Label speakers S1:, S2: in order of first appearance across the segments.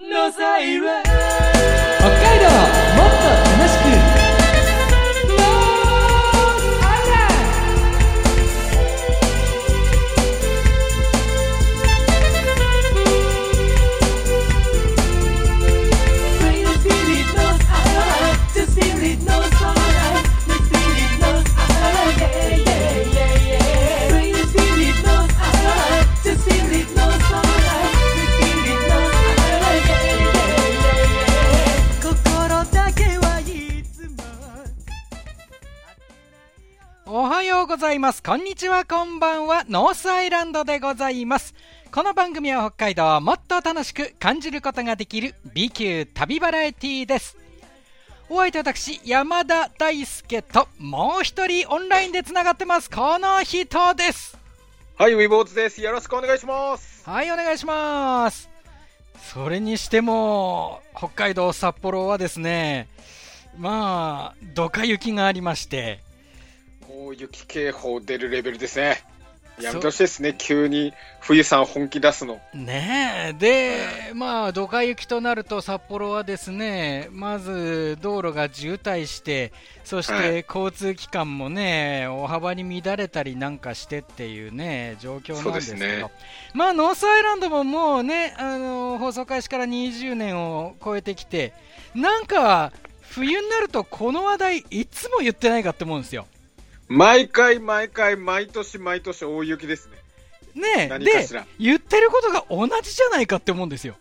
S1: イラー北海道もっと楽しくノーアイランドおはようございます。こんにちは、こんばんは。ノースアイランドでございます。この番組は北海道をもっと楽しく感じることができる B 級旅バラエティーです。お相手私、山田大輔と、もう一人オンラインでつながってます。この人です。
S2: はい、ウィボーズです。よろしくお願いします。
S1: はい、お願いします。それにしても、北海道札幌はですね、まあ、ドカ雪がありまして、
S2: もう雪警報出るレベルですね。やめてほしいですね、急に冬さん本気出すの。
S1: ねえで、まあ、ドカ雪となると札幌はですねまず道路が渋滞してそし
S2: は
S1: て交通機関もね大幅に乱れたりなんかしてっていうね状況なんですけど
S2: そうですね
S1: まあ、ノースアイランドももうねあの放送開始から20年を超えてきてなんか冬になるとこの話題いつも言ってないかって思うんですよ。
S2: 毎回毎回、毎年毎年大雪ですね。
S1: ねえ
S2: 何か
S1: で
S2: しら
S1: 言ってることが同じじゃないかって思うんですよ。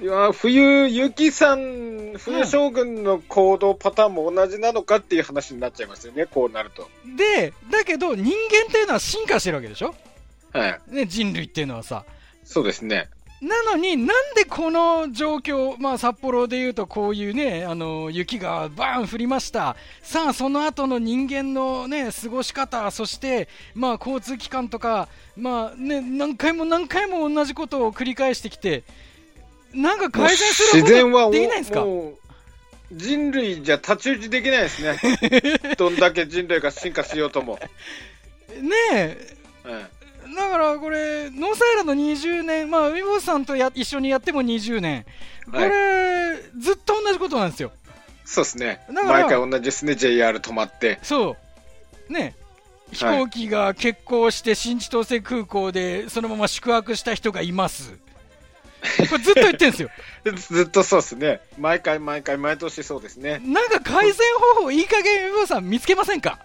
S2: いやー冬、雪さん、冬将軍の行動パターンも同じなのかっていう話になっちゃいますよね、こうなると。
S1: でだけど人間っていうのは進化してるわけでしょ、
S2: はい、
S1: ね、人類っていうのはさ
S2: そうですね。
S1: なのになんでこの状況、まあ、札幌でいうとこういうねあの雪がバーン降りましたさあその後の人間のね過ごし方そして、まあ、交通機関とか、まあね、何回も何回も同じことを繰り返してきてなんか改善する
S2: 自然
S1: こと
S2: は
S1: できないんですか
S2: もう人類じゃ太刀打ちできないですね。どんだけ人類が進化しようとも。
S1: ねえ
S2: うん
S1: だからこれ、ノースアイランド20年、まあ、ウィボーさんとや一緒にやっても20年、こ
S2: はい
S1: れ、ずっと同じことなんですよ。
S2: そうですね。
S1: だから
S2: 毎回同じですね、JR 止まって。
S1: そう。ね。飛
S2: はい
S1: 行機が欠航して新千歳空港でそのまま宿泊した人がいます。これずっと言ってん ですよ。
S2: ずっとそうですね。毎回毎回、毎年そうですね。
S1: なんか改善方法、いい加減、ウィボーさん見つけませんか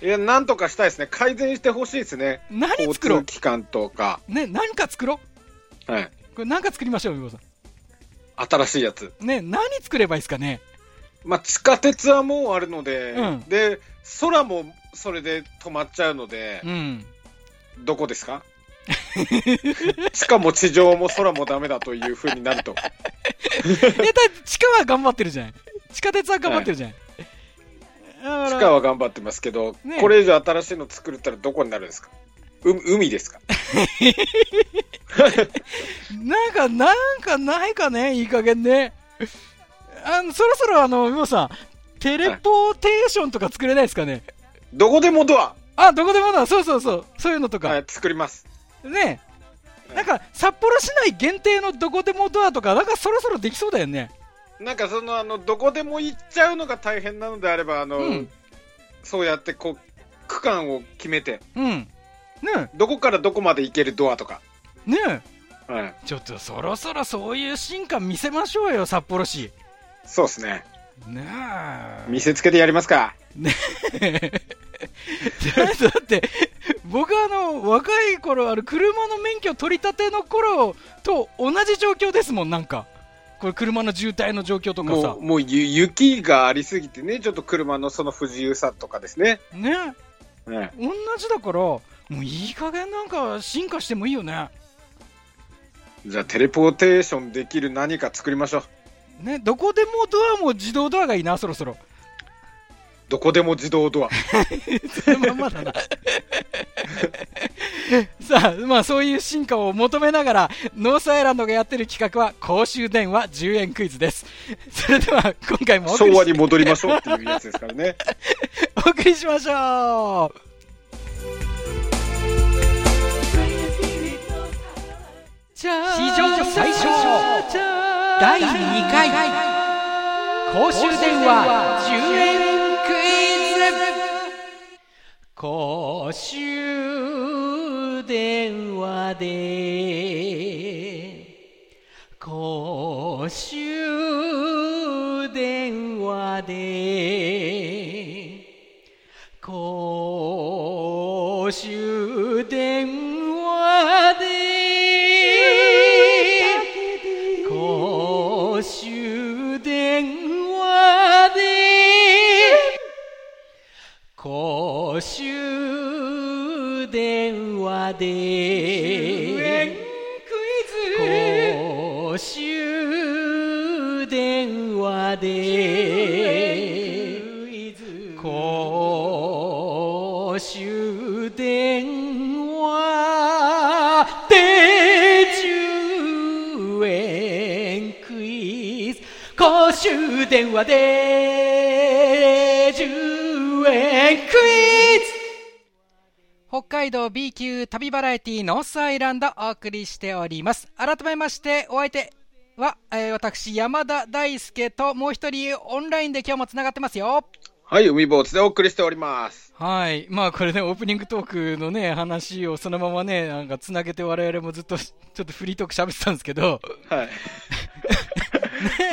S2: いや、なんとかしたいですね。改善してほしいですね。
S1: 何
S2: 交
S1: 作ろ
S2: 通機関とか、
S1: うね、何か作ろう
S2: はい、
S1: これ何か作りましょう、ウィボーさ
S2: 新しいやつ。
S1: ん。ね、何作ればいいですかね
S2: まあ、地下鉄はもうあるので、
S1: うん
S2: で、空もそれで止まっちゃうので
S1: う、ん。
S2: どこですか 地下も地上も空もダメだというふうになると。
S1: え、だって地下は頑張ってるじゃん。地下鉄は頑張ってるじゃん。だ
S2: 地
S1: か
S2: 下
S1: ら
S2: は頑張ってますけど、
S1: ね
S2: これ以上新しいの作るったらどこになるんですかう海で すか
S1: なんか、なんかないかね、いい加減ね。あの、そろそろ、あの、もうさん、テレポーテーションとか作れないですかね。
S2: どこでもドア、
S1: あ、どこでもだ、そうそうそう、そういうのとか。
S2: はい、作ります。
S1: ね
S2: はい
S1: なんか、札幌市内限定のどこでもドアとか、なんかそろそろできそうだよね。
S2: なんかそのあのどこでも行っちゃうのが大変なのであればあの、
S1: うん
S2: そうやってこう区間を決めて
S1: うん。ね
S2: どこからどこまで行けるドアとか、
S1: え、ね
S2: はい、
S1: え、ちょっとそろそろそういう進化見せましょうよ、札幌市。
S2: そうですね
S1: ねえ。
S2: 見せつけてやりますか
S1: だだって僕あの若い頃あの車の免許取り立ての頃と同じ状況ですもんなんかこれ車の渋滞の状況とか
S2: も
S1: さ
S2: うもうゆ雪がありすぎてねちょっと車のその不自由さとかですね、
S1: ね
S2: はい
S1: 同じだからもういい加減なんか進化してもいいよね
S2: じゃあテレポーテーションできる何か作りましょう
S1: ねどこでもドアも自動ドアがいいなそろそろ
S2: どこでも自動ド ア
S1: そのまんまだな さあまあそういう進化を求めながらノースアイランドがやってる企画は公衆電話10円クイズですそれでは今回もお送り
S2: 昭
S1: し
S2: 和に戻りましょうっていうやつですからね
S1: お送りしましょう史上最小第2回公衆電話10円クイズ公衆電話で公衆電話で公衆電話で公衆電話で公衆電話で10円クイズ公衆電話で10円クイズ公衆電話で10円クイズ公衆電話で10円クイズ北海道 B 級旅バラエティノースアイランドお送りしております改めましてお相手は、えー私山田大輔ともう一人オンラインで今日もつながってますよ
S2: はい、海坊主でお送りしております。
S1: はい、まあこれね、オープニングトークのね、話をそのままね、なんかつなげて、我々もずっとちょっとフリートーク喋ってたんですけど、
S2: はい。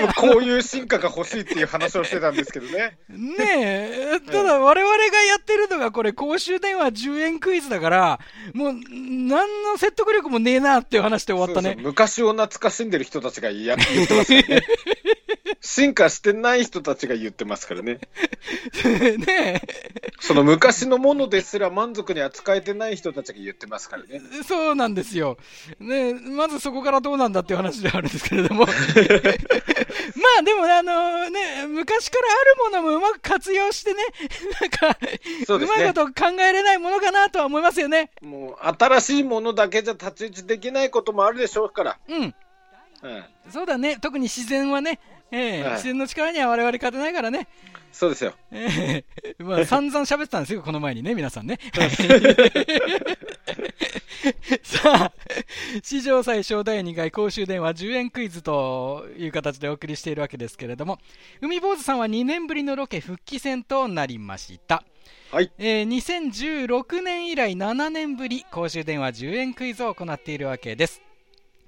S2: もうこういう進化が欲しいっていう話をしてたんですけど ね。
S1: ねえ、ただ、我々がやってるのが、これ、公衆電話10円クイズだから、もう、何の説得力もねえなっていう話で終わった
S2: そう
S1: ね
S2: そう。昔を懐かしんでる人たちがや言ってます からね。進化してない人たちが言ってますからね。
S1: ね
S2: その昔のものですら満足に扱えてない人たちが言ってますからね。
S1: え、 そうなんですよ。ねえ、まずそこからどうなんだっていう話ではあるんですけれど も。まあでも、あのね、昔からあるものもうまく活用してね、なんか、
S2: そううです
S1: まい
S2: ね
S1: こ。と考えれないものかなとは思いますよね。
S2: もう新しいものだけじゃ太刀打ちできないこともあるでしょうから。
S1: うん、
S2: うん、
S1: そうだね。特に自然はね、ええ
S2: はい
S1: 自然の力には我々勝てないからね。
S2: そうですよ。
S1: ええまあ、散々喋ってたんですよ、この前にね、皆さん ね。さあ、史上最小第2回公衆電話10円クイズという形でお送りしているわけですけれども、海坊主さんは2年ぶりのロケ復帰戦となりました。
S2: はい。
S1: えー2016年以来7年ぶり公衆電話10円クイズを行っているわけです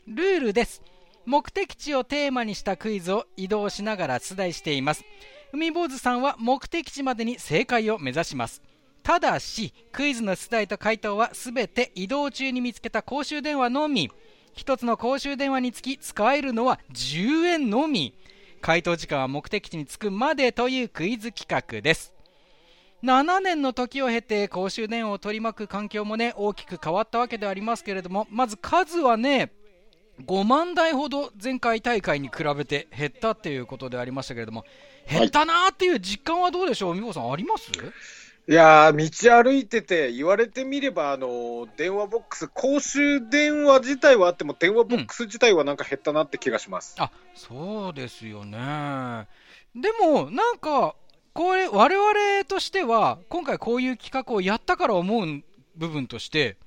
S1: ルールです目的地をテーマにしたクイズを移動しながら出題しています海坊主さんは目的地までに正解を目指しますただしクイズの出題と回答は全て移動中に見つけた公衆電話のみ一つの公衆電話につき使えるのは10円のみ回答時間は目的地に着くまでというクイズ企画です7年の時を経て公衆電話を取り巻く環境もね大きく変わったわけでありますけれどもまず数はね5万台ほど前回大会に比べて減ったっていうことでありましたけれども
S2: い
S1: 減ったなーっていう実感はどうでしょう、美穂さん、あります
S2: いやー、道歩いてて、言われてみれば、あのー電話ボックス、公衆電話自体はあっても、電話ボックス自体はなんか減ったなって気がします。
S1: あそうですよね。でも、なんか、これ、我々としては、今回こういう企画をやったから思う部分として、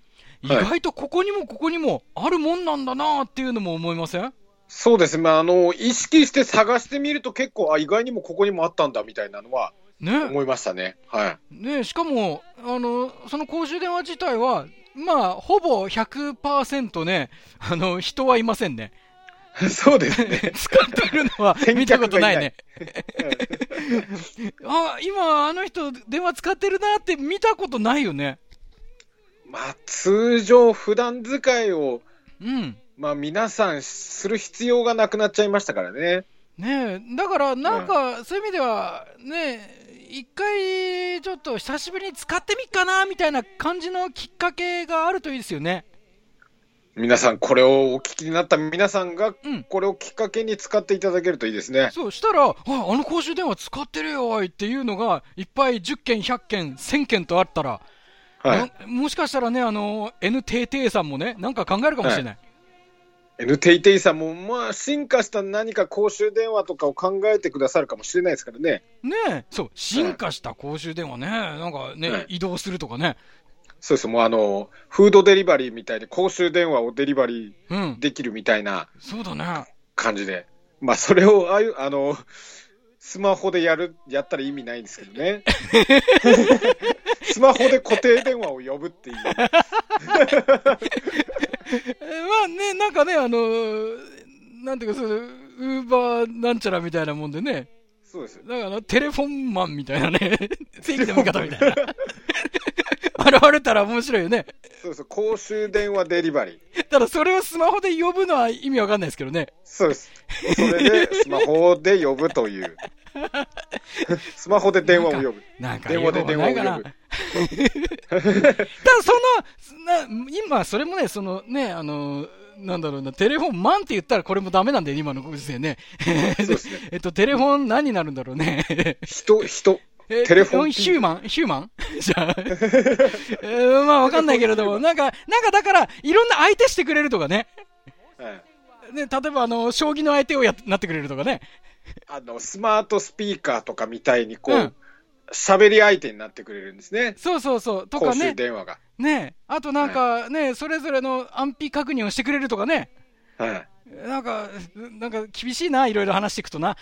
S1: 意
S2: はい
S1: 外とここにもここにもあるもんなんだなーっていうのも思いません
S2: そうですね、まああのー意識して探してみると、結構、あ、意外にもここにもあったんだみたいなのは
S1: ね
S2: 思いましたね。はい。
S1: ねしかも、あの、その公衆電話自体は、まあ、ほぼ100%ね、あの、人はいません ね。
S2: そうですね。
S1: 使ってるのは見たことないね。 あ、今、あの人、電話使ってるなって見たことないよね。
S2: まあ、通常、普段使いを、
S1: うん。
S2: まあ、皆さんする必要がなくなっちゃいましたからね。
S1: ねえ、だから、なんか、そういう意味では、ねえ、一回、ちょっと久しぶりに使ってみっかな、みたいな感じのきっかけがあるといいですよね。
S2: 皆さん、これをお聞きになった皆さんが
S1: うん、
S2: これをきっかけに使っていただけるといいですね。
S1: そうしたら、ああの公衆電話使ってるよ、おいっていうのが、いっぱい10件、100件、1000件とあったら、
S2: はい。
S1: なもしかしたらね、あの、NTT さんもね、なんか考えるかもしれない。
S2: NTT さんも、まあ、進化した何か公衆電話とかを考えてくださるかもしれないですからね。
S1: ねえ、そう、進化した公衆電話ね、なんかね、
S2: はい
S1: 移動するとかね。
S2: そうです。もう、あの、フードデリバリーみたいで、公衆電話をデリバリ
S1: うん
S2: ー、できるみたいな
S1: そうだね。
S2: 感じで。まあ、それを、ああいう、あの、スマホでやる、やったら意味ないんですけどね。スマホで固定電話を呼ぶっていう。
S1: えーまあね、なんかね、あのーなんていうか、その、ウーバーなんちゃらみたいなもんでね、
S2: そうですよ。
S1: だからテレフォンマンみたいなね、 正義の味方みたいな。現れたら面白いよね。
S2: そうそう、公衆電話デリバリー。
S1: ただそれをスマホで呼ぶのは意味わかんないですけどね。
S2: そうです。そ れで、スマホで呼ぶという。スマホで電話を呼ぶ。
S1: なんか、
S2: 電話で電話を呼ぶ
S1: ないかな。ただその、な今、それもね、そのね、あの、なんだろうな、テレフォンマンって言ったらこれもダメなんだよ、今のご時世ね。
S2: そうです ね。
S1: えっと、テレフォン何になるんだろうね。
S2: 人、人。
S1: え
S2: テレフォン
S1: ヒューマンヒューマン じゃあ、えーまあわかんないけれど も、なんか、なんかだから、いろんな相手してくれるとかね。
S2: はい
S1: ね、例えば、あの、将棋の相手をやっなってくれるとかね。
S2: あの、スマートスピーカーとかみたいに、こ
S1: う、
S2: うん喋、り相手になってくれるんですね。
S1: そうそうそう。と
S2: 公
S1: か
S2: 衆
S1: ね。
S2: 電話が。
S1: ね。あとなんか、ね、それぞれの安否確認をしてくれるとかね。
S2: はい。
S1: なんか、なんか厳しいな、いろいろ話していくと な。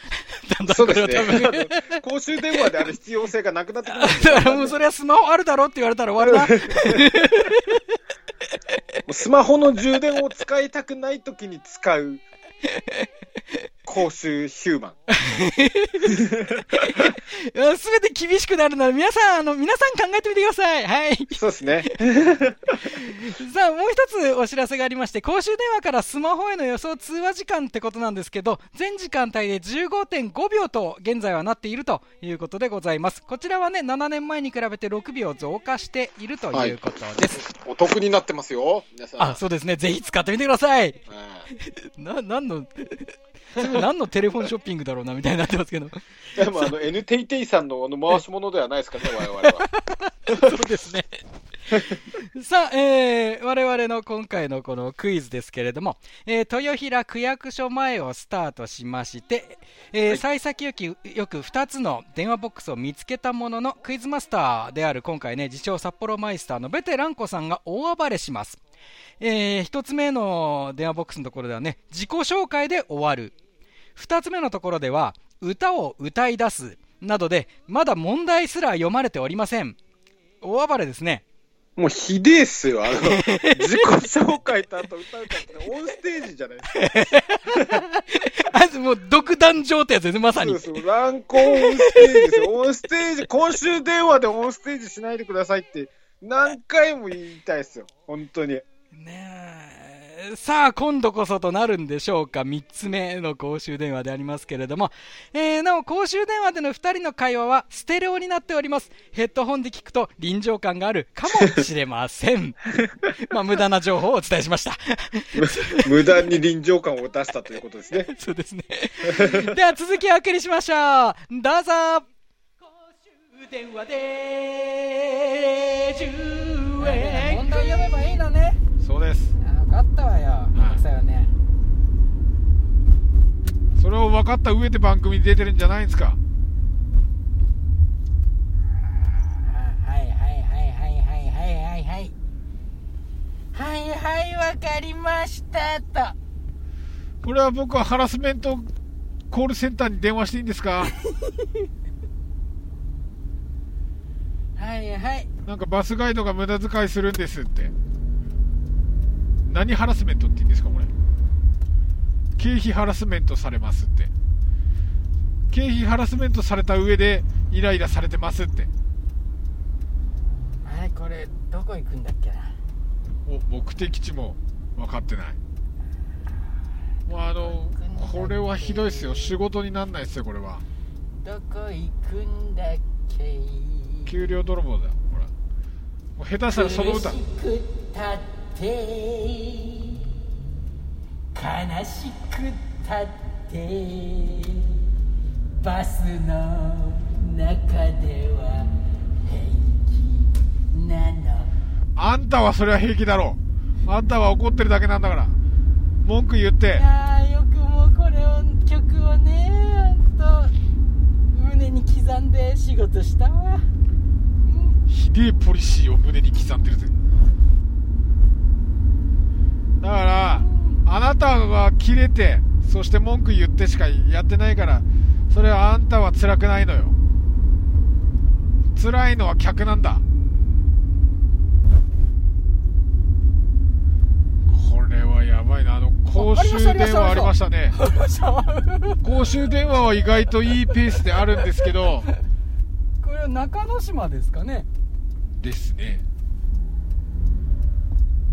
S1: だんだん
S2: そ
S1: こ
S2: うで
S1: れ
S2: す
S1: は
S2: ね
S1: 多分。。
S2: あの公衆電話である必要性がなくなってくるんですよ。
S1: だからもうそれはスマホあるだろって言われたら終 わるな。
S2: スマホの充電を使いたくないときに 使う公衆ヒューマン。
S1: すべて厳しくなるなら、皆さん、あの、皆さん考えてみてください。はい。
S2: そうです ね。
S1: さあもう一つお知らせがありまして公衆電話からスマホへの予想通話時間ってことなんですけど全時間帯で15.5秒と現在はなっているということでございますこちらはね7年前に比べて6秒増加しているということです、
S2: お得になってますよ、皆さん。
S1: あそうですねぜひ使ってみてください
S2: うん
S1: な何のそれ何のテレフォンショッピングだろうなみたいになってますけど
S2: でもあの NTT さんのあの回し物ではない ですからね、我々は。
S1: そうですねさあ、えー我々の今回のこのクイズですけれども、えー豊平区役所前をスタートしまして、えー幸先よきよく2つの電話ボックスを見つけたもののクイズマスターである今回ね自称札幌マイスターのベテラン子さんが大暴れします、え1つ目の電話ボックスのところではね自己紹介で終わる2つ目のところでは歌を歌い出すなどでまだ問題すら読まれておりません大暴れですね
S2: もうひでえっすよ、あの、自己紹介とあと歌うかって、オンステージじゃないですか。
S1: あいつもう独壇場ってやつですねまさ
S2: そう
S1: に
S2: です乱行オンステージですよ。オンステージ、公衆電話でオンステージしないでくださいって、何回も言いたいですよ、本当に。
S1: ねえさあ今度こそとなるんでしょうか3つ目の公衆電話でありますけれども、えーなお公衆電話での2人の会話はステレオになっておりますヘッドホンで聞くと臨場感があるかもしれませ んまあ無駄な情報をお伝えしま した
S2: 無駄に臨場感を出したということですね。
S1: そうですねでは続きをお送りしましょうどうぞ公衆電話で10円問題読めばいいのね
S3: そうです
S1: 分かったわよめんどくさいわね
S3: それを分かった上で番組に出てるんじゃないんですか
S4: はいはいはいはいはいはいはいはいはいはいわかりましたと
S3: これは僕はハラスメントコールセンターに電話していいんですか
S4: はいはい
S3: なんかバスガイドが無駄遣いするんですって何ハラスメントって言うんですかこれ経費ハラスメントされますって経費ハラスメントされた上でイライラされてますって
S4: あれこれどこ行くんだっけな
S3: お目的地も分かってないもうあのこれはひどいですよ仕事になんないですよこれは
S4: どこ行くんだっけ
S3: 給料泥棒だよほらもう下手したらその歌
S4: 苦しくたって悲しくたってバスの中では平気なの
S3: あんたはそれは平気だろうあんたは怒ってるだけなんだから文句言っ
S4: い
S3: て
S4: やーよくもうこれを曲をねほんと胸に刻んで仕事したわ
S3: ひでえポリシーを胸に刻んでるぜだからあなたが切れてそして文句言ってしかやってないからそれはあんたは辛くないのよ辛いのは客なんだこれはやばいなあの公衆電話ありましたね公衆電話は意外といいペースであるんですけど
S1: これは中之島ですかね
S3: ですね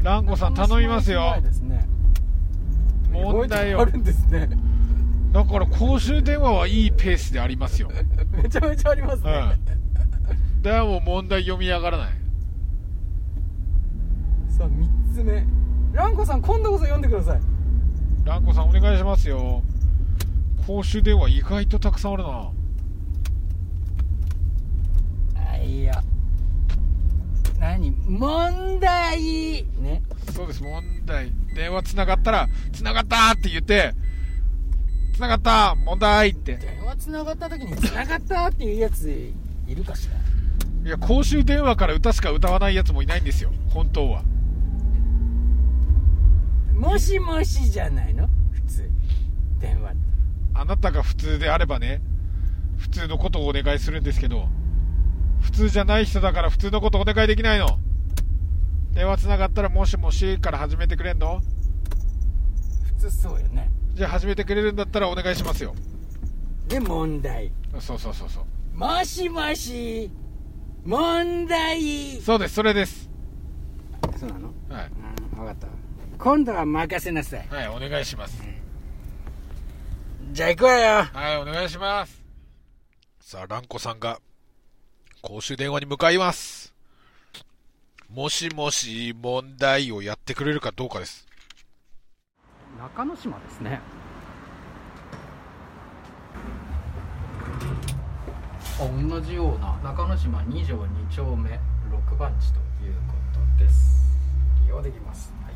S3: 蘭子さん頼みます
S1: 中
S3: よ
S1: 之島市内ですね
S3: 問題よ
S1: あるんですね
S3: だから公衆電話はいいペースでありますよ、う ん、
S1: めちゃめちゃあります
S3: だ
S1: ね
S3: か、らもう問題読み上がらない
S1: さあ3つ目ランコさん今度こそ読んでください
S3: 蘭子さんお願いしますよ公衆電話意外とたくさんあるな
S5: あいいよ何問題ね
S3: そうです問題電話つながったらつながったって言ってつながった問題って
S5: 電話つながった時につながったっていうやついるかしら
S3: いや公衆電話から歌しか歌わないやつもいないんですよ本当は
S5: もしもしじゃないの普通電話って
S3: あなたが普通であればね普通のことをお願いするんですけど普通じゃない人だから普通のことお願いできないの電話つながったらもしもしから始めてくれんの
S5: 普通そうよね
S3: じゃあ始めてくれるんだったらお願いしますよ
S5: で問題
S3: そうそうそうそう
S5: もしもし問題
S3: そうですそれです
S5: そうなの
S3: はい、
S5: うん分かった今度は任せなさい
S3: はい、お願いします
S5: じゃあ行くわよ
S3: はいお願いしますさあ蘭子さんが公衆電話に向かいますもしもし問題をやってくれるかどうかです
S1: 中之島ですねあ同じような中之島2条2丁目6番地ということです利用できます、はい、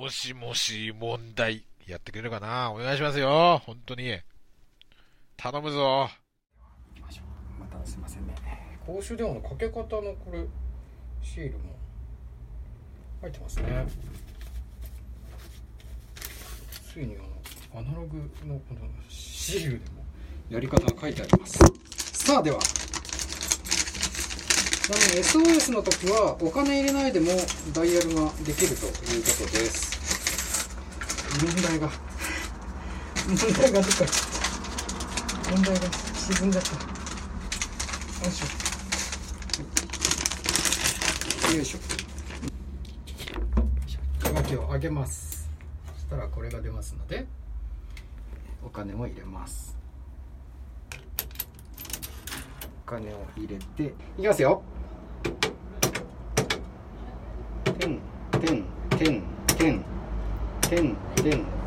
S3: もしもし問題やってくれるかなお願いしますよ本当に頼む
S1: 行
S3: ぞ
S1: きましょうまたすいませんね公衆電話のかけ方のこれシールも入ってますねついにあのアナログのこのシールでもやり方が書いてありますさあではちなみに SOS の時はお金入れないでもダイヤルができるということです問題が問題がどっか問題が沈んじゃったよいしょよいしょ手書きを上げますそしたらこれが出ますのでお金を入れますお金を入れていきますよてんてんてんてんてんてん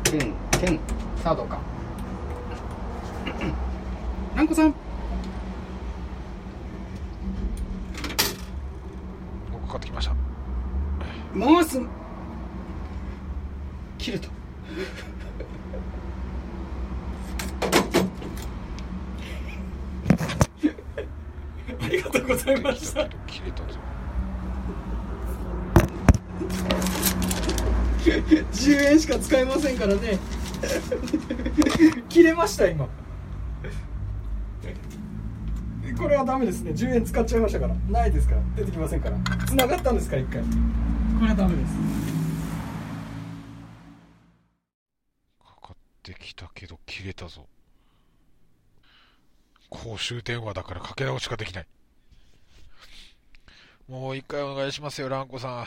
S1: てんてんさあどうか 南子さん
S3: かかってきました
S1: 回す切れたありがとうございました
S3: 切れたぞ
S1: 10円しか使えませんからね切れました今これはダメですね10円使っちゃいましたからないですから出てきませんから繋がったんですから一回これはダメです
S3: かかってきたけど切れたぞ公衆電話だからかけ直しかできないもう一回お願いしますよ蘭子さん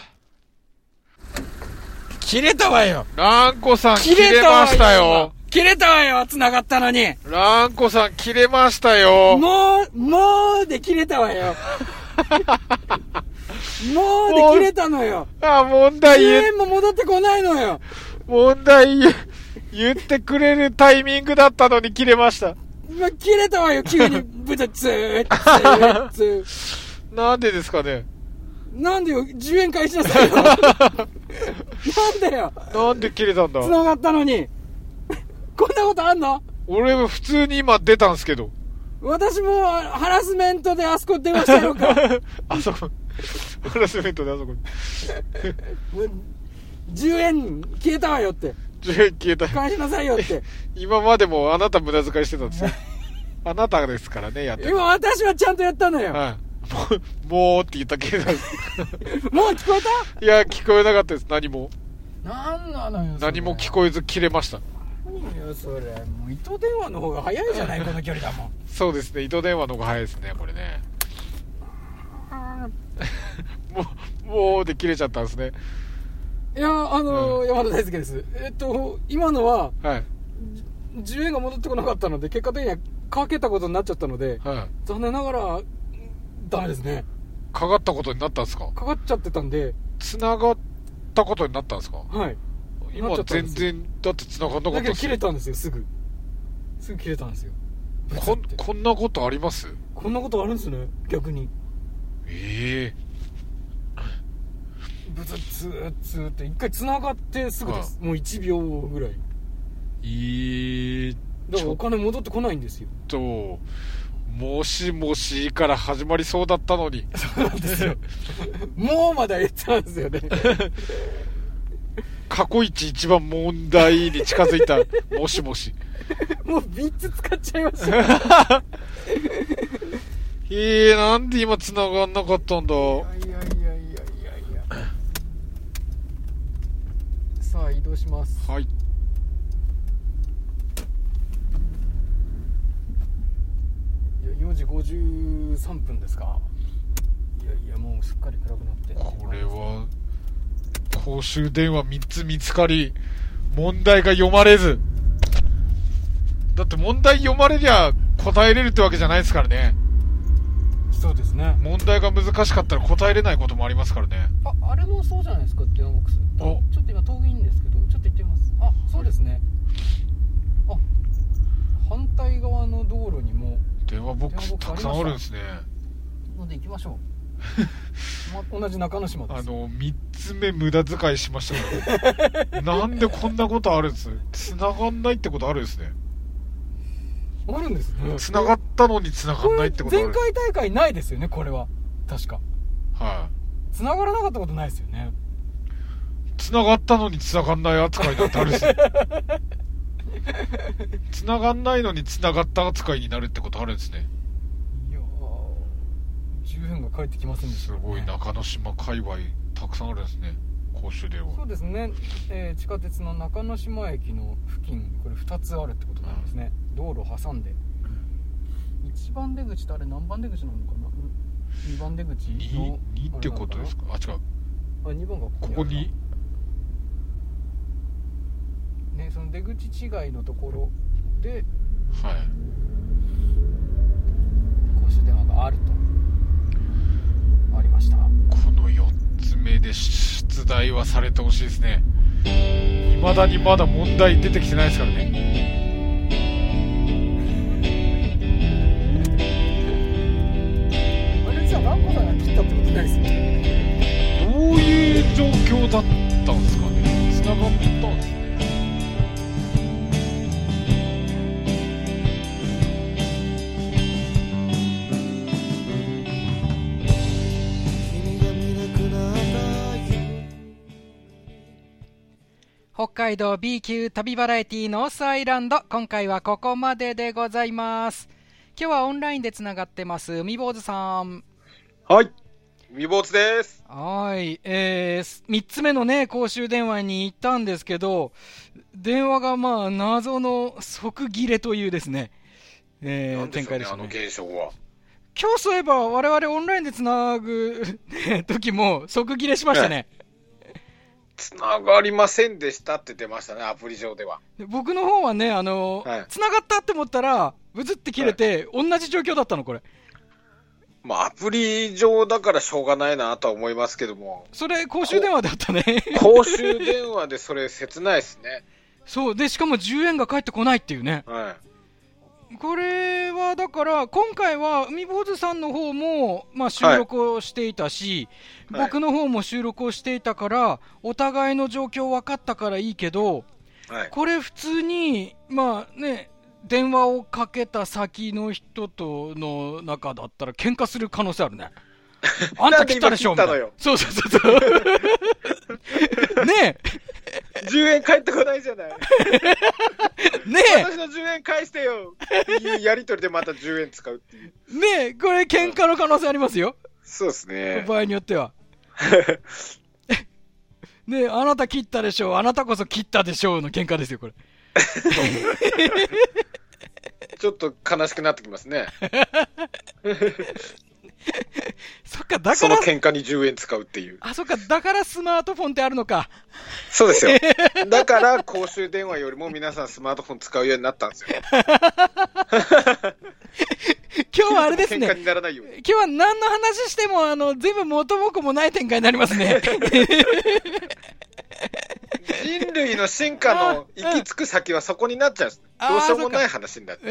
S5: 切れたわよ
S3: 蘭子さん切れましたよ
S5: 切れたわよ繋がったのに
S3: 蘭子さん切れましたよも
S5: もうもうで切れたわ よもうで切れたのよ
S3: あ問題
S5: 10
S3: 言
S5: 円も戻ってこないのよ
S3: 問題言言ってくれるタイミングだったのに切れました
S5: 今切れたわよ急にブチャツーツーツー
S3: なんでですかね
S5: なんでよ、10円返しなさいよ。なんでよ、
S3: なんで切れたんだ
S5: 繋がったのに。こんなことあんの
S3: 俺は普通に今出たんですけど
S5: 私もハラスメントであそこ電話したのか。
S3: あそこハラスメントであそこに
S5: 10円消えたわよって。
S3: 携帯。
S4: 返しなさいよって。
S3: 今までもあなた無駄遣いしてたん ですよ。あなたですからね、やって
S4: 今私はちゃんとやったのよ。
S3: はい。もう、もうって言ったけど、
S4: もう聞こえた
S3: いや、聞こえなかったです。何も。
S4: なんなのよ。
S3: 何も聞こえず切れました。
S4: えないよ、それ。もう糸電話の方が早いじゃない、この距離だもん。
S3: そうですね、糸電話の方が早いですね、これね。 もう、もうで切れちゃったんですね。
S4: いや、あの、山田大輔です。えっと、今のは、
S3: はい。
S4: 10円が戻ってこなかったので、結果的にはかけたことになっちゃったので、
S3: はい。
S4: 残念ながら、ダメですね。
S3: かかったことになったんですか
S4: かかっちゃってたんで、
S3: 繋がったことになったんですか
S4: はい。なっ
S3: 今
S4: ちゃったん
S3: 全
S4: です
S3: 然、だって繋がんなか
S4: だけ
S3: った
S4: ど
S3: っす
S4: 切
S3: よ
S4: れたんですよ、すぐ。すぐ切れたんですよ。
S3: こん、こんなことあります
S4: こんなことあるんですね、逆に。
S3: ええ
S4: ブツッツーツーって、一回繋がってすぐです。もう1秒ぐらい。
S3: えーっ
S4: だからお金戻ってこないんですよ。
S3: と、もしもしから始まりそうだったのに。
S4: そうなん ですよ。もうまだ言ってたんですよね。
S3: 過去一一番問題に近づい た、もしもし。
S4: もう3つ使っちゃいましたよ。
S3: ええなんで今繋がんなかったんだ。
S4: いやいやいやいやいや。さあ移動します。
S3: はい。
S4: いや4時53分ですか。いやいやもうすっかり暗くなって。
S3: これは、公衆電話3つ見つかり、問題が読まれず。だって問題読まれりゃ答えれるってわけじゃないですからね。
S4: そうですね。
S3: 問題が難しかったら答えれないこともありますからね。
S4: ああれもそうじゃないですか電話ボックス。ちょ
S3: お
S4: っと今遠いんですけどちょっと行ってみます。あそうですね。あ反対側の道路にも
S3: 電話ボックスたくさんあるんですね。
S4: ので行きましょう。 ま同じ中之島で
S3: あ
S4: す。
S3: の、3つ目無駄遣いしましたから。なんでこんなことあるんです繋がんないってことあるんですね。
S4: あるんですね。
S3: 繋がったのに繋が
S4: こ
S3: んない
S4: れ
S3: ってことある
S4: 前回大会ないですよねこれは確か
S3: はい。
S4: 繋がらなかったことないですよね
S3: 繋がったのに繋がんない扱いだってあるし繋がんないのに繋がった扱いになるってことあるんですね
S4: いやー10円が返ってきませんでし
S3: す
S4: たね
S3: ごい中之島界隈たくさんあるんですね公衆電
S4: そ
S3: 話
S4: うですね、えー地下鉄の中之島駅の付近これ2つあるってことなんですね、道路挟んで1番出口ってあれ何番出口なのかな2番出口の
S3: 2, 2ってことですかあ違う
S4: あ2番がここにあ
S3: ここ
S4: るな
S3: に
S4: ねその出口違いのところで
S3: はい
S4: 公衆電話があるとありました
S3: この4つ目で出題はされてほしいですね未だにまだ問題出てきてないですからね
S4: あれじゃあ南光さんが切ったってことないですよね
S3: どういう状況だったんですかね繋がったんですね
S1: 北海道 B 級旅バラエティノースアイランド今回はここまででございます今日はオンラインでつながってます海坊主さん
S2: はい。みぼうつです。
S1: はい、えー、3つ目のね、公衆電話に行ったんですけど、電話がまあ、謎の即切れというですね、えー
S2: なん
S1: 展
S2: しょう
S1: 開でした
S2: あの
S1: ね。
S2: 現象は。
S1: 今日そういえば、我々オンラインでつなぐ ね時も即切れしましたね。
S2: つながりませんでしたって出ましたね、アプリ上では。
S1: で僕の方はね、あの、
S2: はい
S1: つながったって思ったら、ブズって切れて、同じ状況だったの、これ。
S2: まあ、アプリ上だからしょうがないなとは思いますけども、
S1: それ、公衆電話だったね。
S2: 公衆電話でそれ切ないですね。
S1: そう、で、しかも10円が返ってこないっていうね。
S2: は
S1: これはだから今回は海坊主さんの方もまあ収録をしていたし、
S2: はい
S1: 僕の方も収録をしていたからお互いの状況分かったからいいけど
S2: い。はい。
S1: これ普通にまあね電話をかけた先の人との中だったら喧嘩する可能性ある ね。あんた切ったでしょみたい
S2: なん
S1: な
S2: で今切ったのよ
S1: そうそうそうそう。ねえ。
S2: 10円返ってこないじゃない。
S1: ね
S2: 私の10円返してよっていうやりとりでまた10円使うっていう。
S1: え、ねえ、これ喧嘩の可能性ありますよ。
S2: そうですね。
S1: 場合によっては。ねえ、あなた切ったでしょう、あなたこそ切ったでしょうの喧嘩ですよ、これ。
S2: ちょっと悲しくなってきますね。
S1: そっか、だ
S2: そ
S1: か
S2: の
S1: ら、
S2: 喧嘩に10円使うっていう。
S1: あ、そっか、だからスマートフォンってあるのか。
S2: そう ですよ。だから公衆電話よりも皆さんスマートフォン使うようになったんですよ。
S1: 今日はあれです
S2: 喧嘩に
S1: ね。
S2: ならないように。
S1: 今日は何の話しても、あの、全部元も子もない展開になります ね。
S2: 人類の進化の行き着く先はそこになっちゃうんです。
S1: あー
S2: どうしようもない話になって。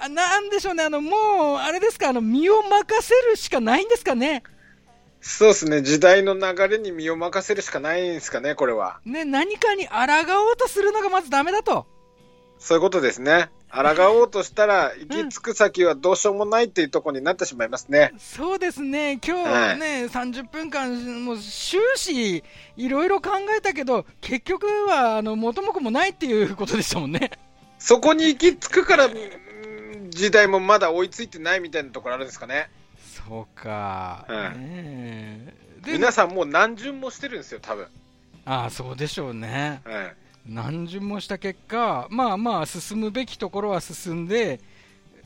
S1: あなんでしょうね、あの、もう、あれですか、あの、身を任せるしかないんですかね。
S2: そうですね。時代の流れに身を任せるしかないんですかね、これは。
S1: ね、何かに抗おうとするのがまずダメだと。
S2: そういうことですね。抗おうとしたら、行き着く先はどうしようもないっていうところになってしまいますね。
S1: そうですね、今日はね、30分間、もう終始、いろいろ考えたけど、結局は、あの、元も子もないっていうことでしたもんね。
S2: そこに行き着くから、うーん時代もまだ追いついてないみたいなところあるんですかね。
S1: そうか。
S2: はい
S1: ねえで
S2: 皆さんもう何巡もしてるんですよ、多分。
S1: ああ、そうでしょうね。
S2: はい
S1: 何巡もした結果、まあまあ進むべきところは進んで、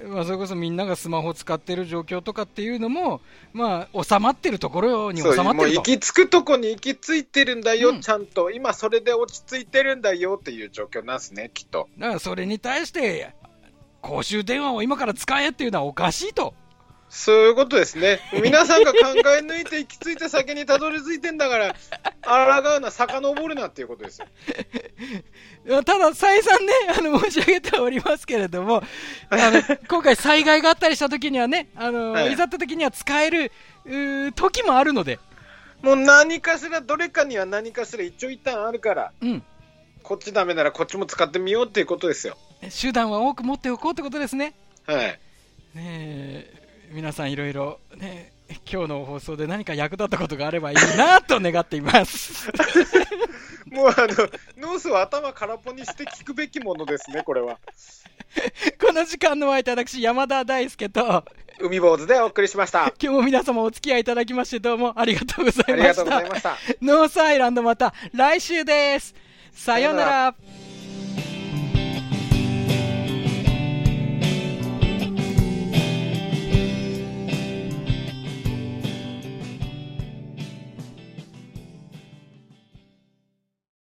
S1: まあ、それこそみんながスマホを使ってる状況とかっていうのも、まあ、収まってるところに
S2: そ
S1: 収
S2: う
S1: まっ
S2: もう
S1: てる
S2: 行
S1: と。
S2: き着くとこに行き着いてるんだよ、
S1: うん
S2: ちゃんと今それで落ち着いてるんだよっていう状況なんですねきっと
S1: だからそれに対して、公衆電話を今から使えっていうのはおかしいと。
S2: そういうことですね皆さんが考え抜いて行き着いた先にたどり着いてん だから抗うな遡るなっていうことですよ
S1: いやただ、再三ね、 あの、申し上げておりますけれども、あ の、今回災害があったりした時にはね、あの、
S2: はい
S1: いざって時には使える、うー時もあるので、
S2: もう何かしらどれかには何かしら一応一旦あるから
S1: うん、
S2: こっちダメならこっちも使ってみようっていうことですよ
S1: 手段は多く持っておこうってことですね。
S2: はい
S1: ねえ皆さんいろいろね今日の放送で何か役立ったことがあればいいなと願ってい ます。
S2: もうあのノースは頭空っぽにして聞くべきものですねこれは
S1: この時間のお相手は私山田大輔と今
S2: 海坊主でお送りしました
S1: 日も皆様お付き合いいただきましてどうもありがとうござ
S2: あ
S1: い
S2: り
S1: ま
S2: がと
S1: し
S2: うござい
S1: た
S2: ま。した
S1: ノースアイランドまた来週です。さような
S2: さよ
S1: ら。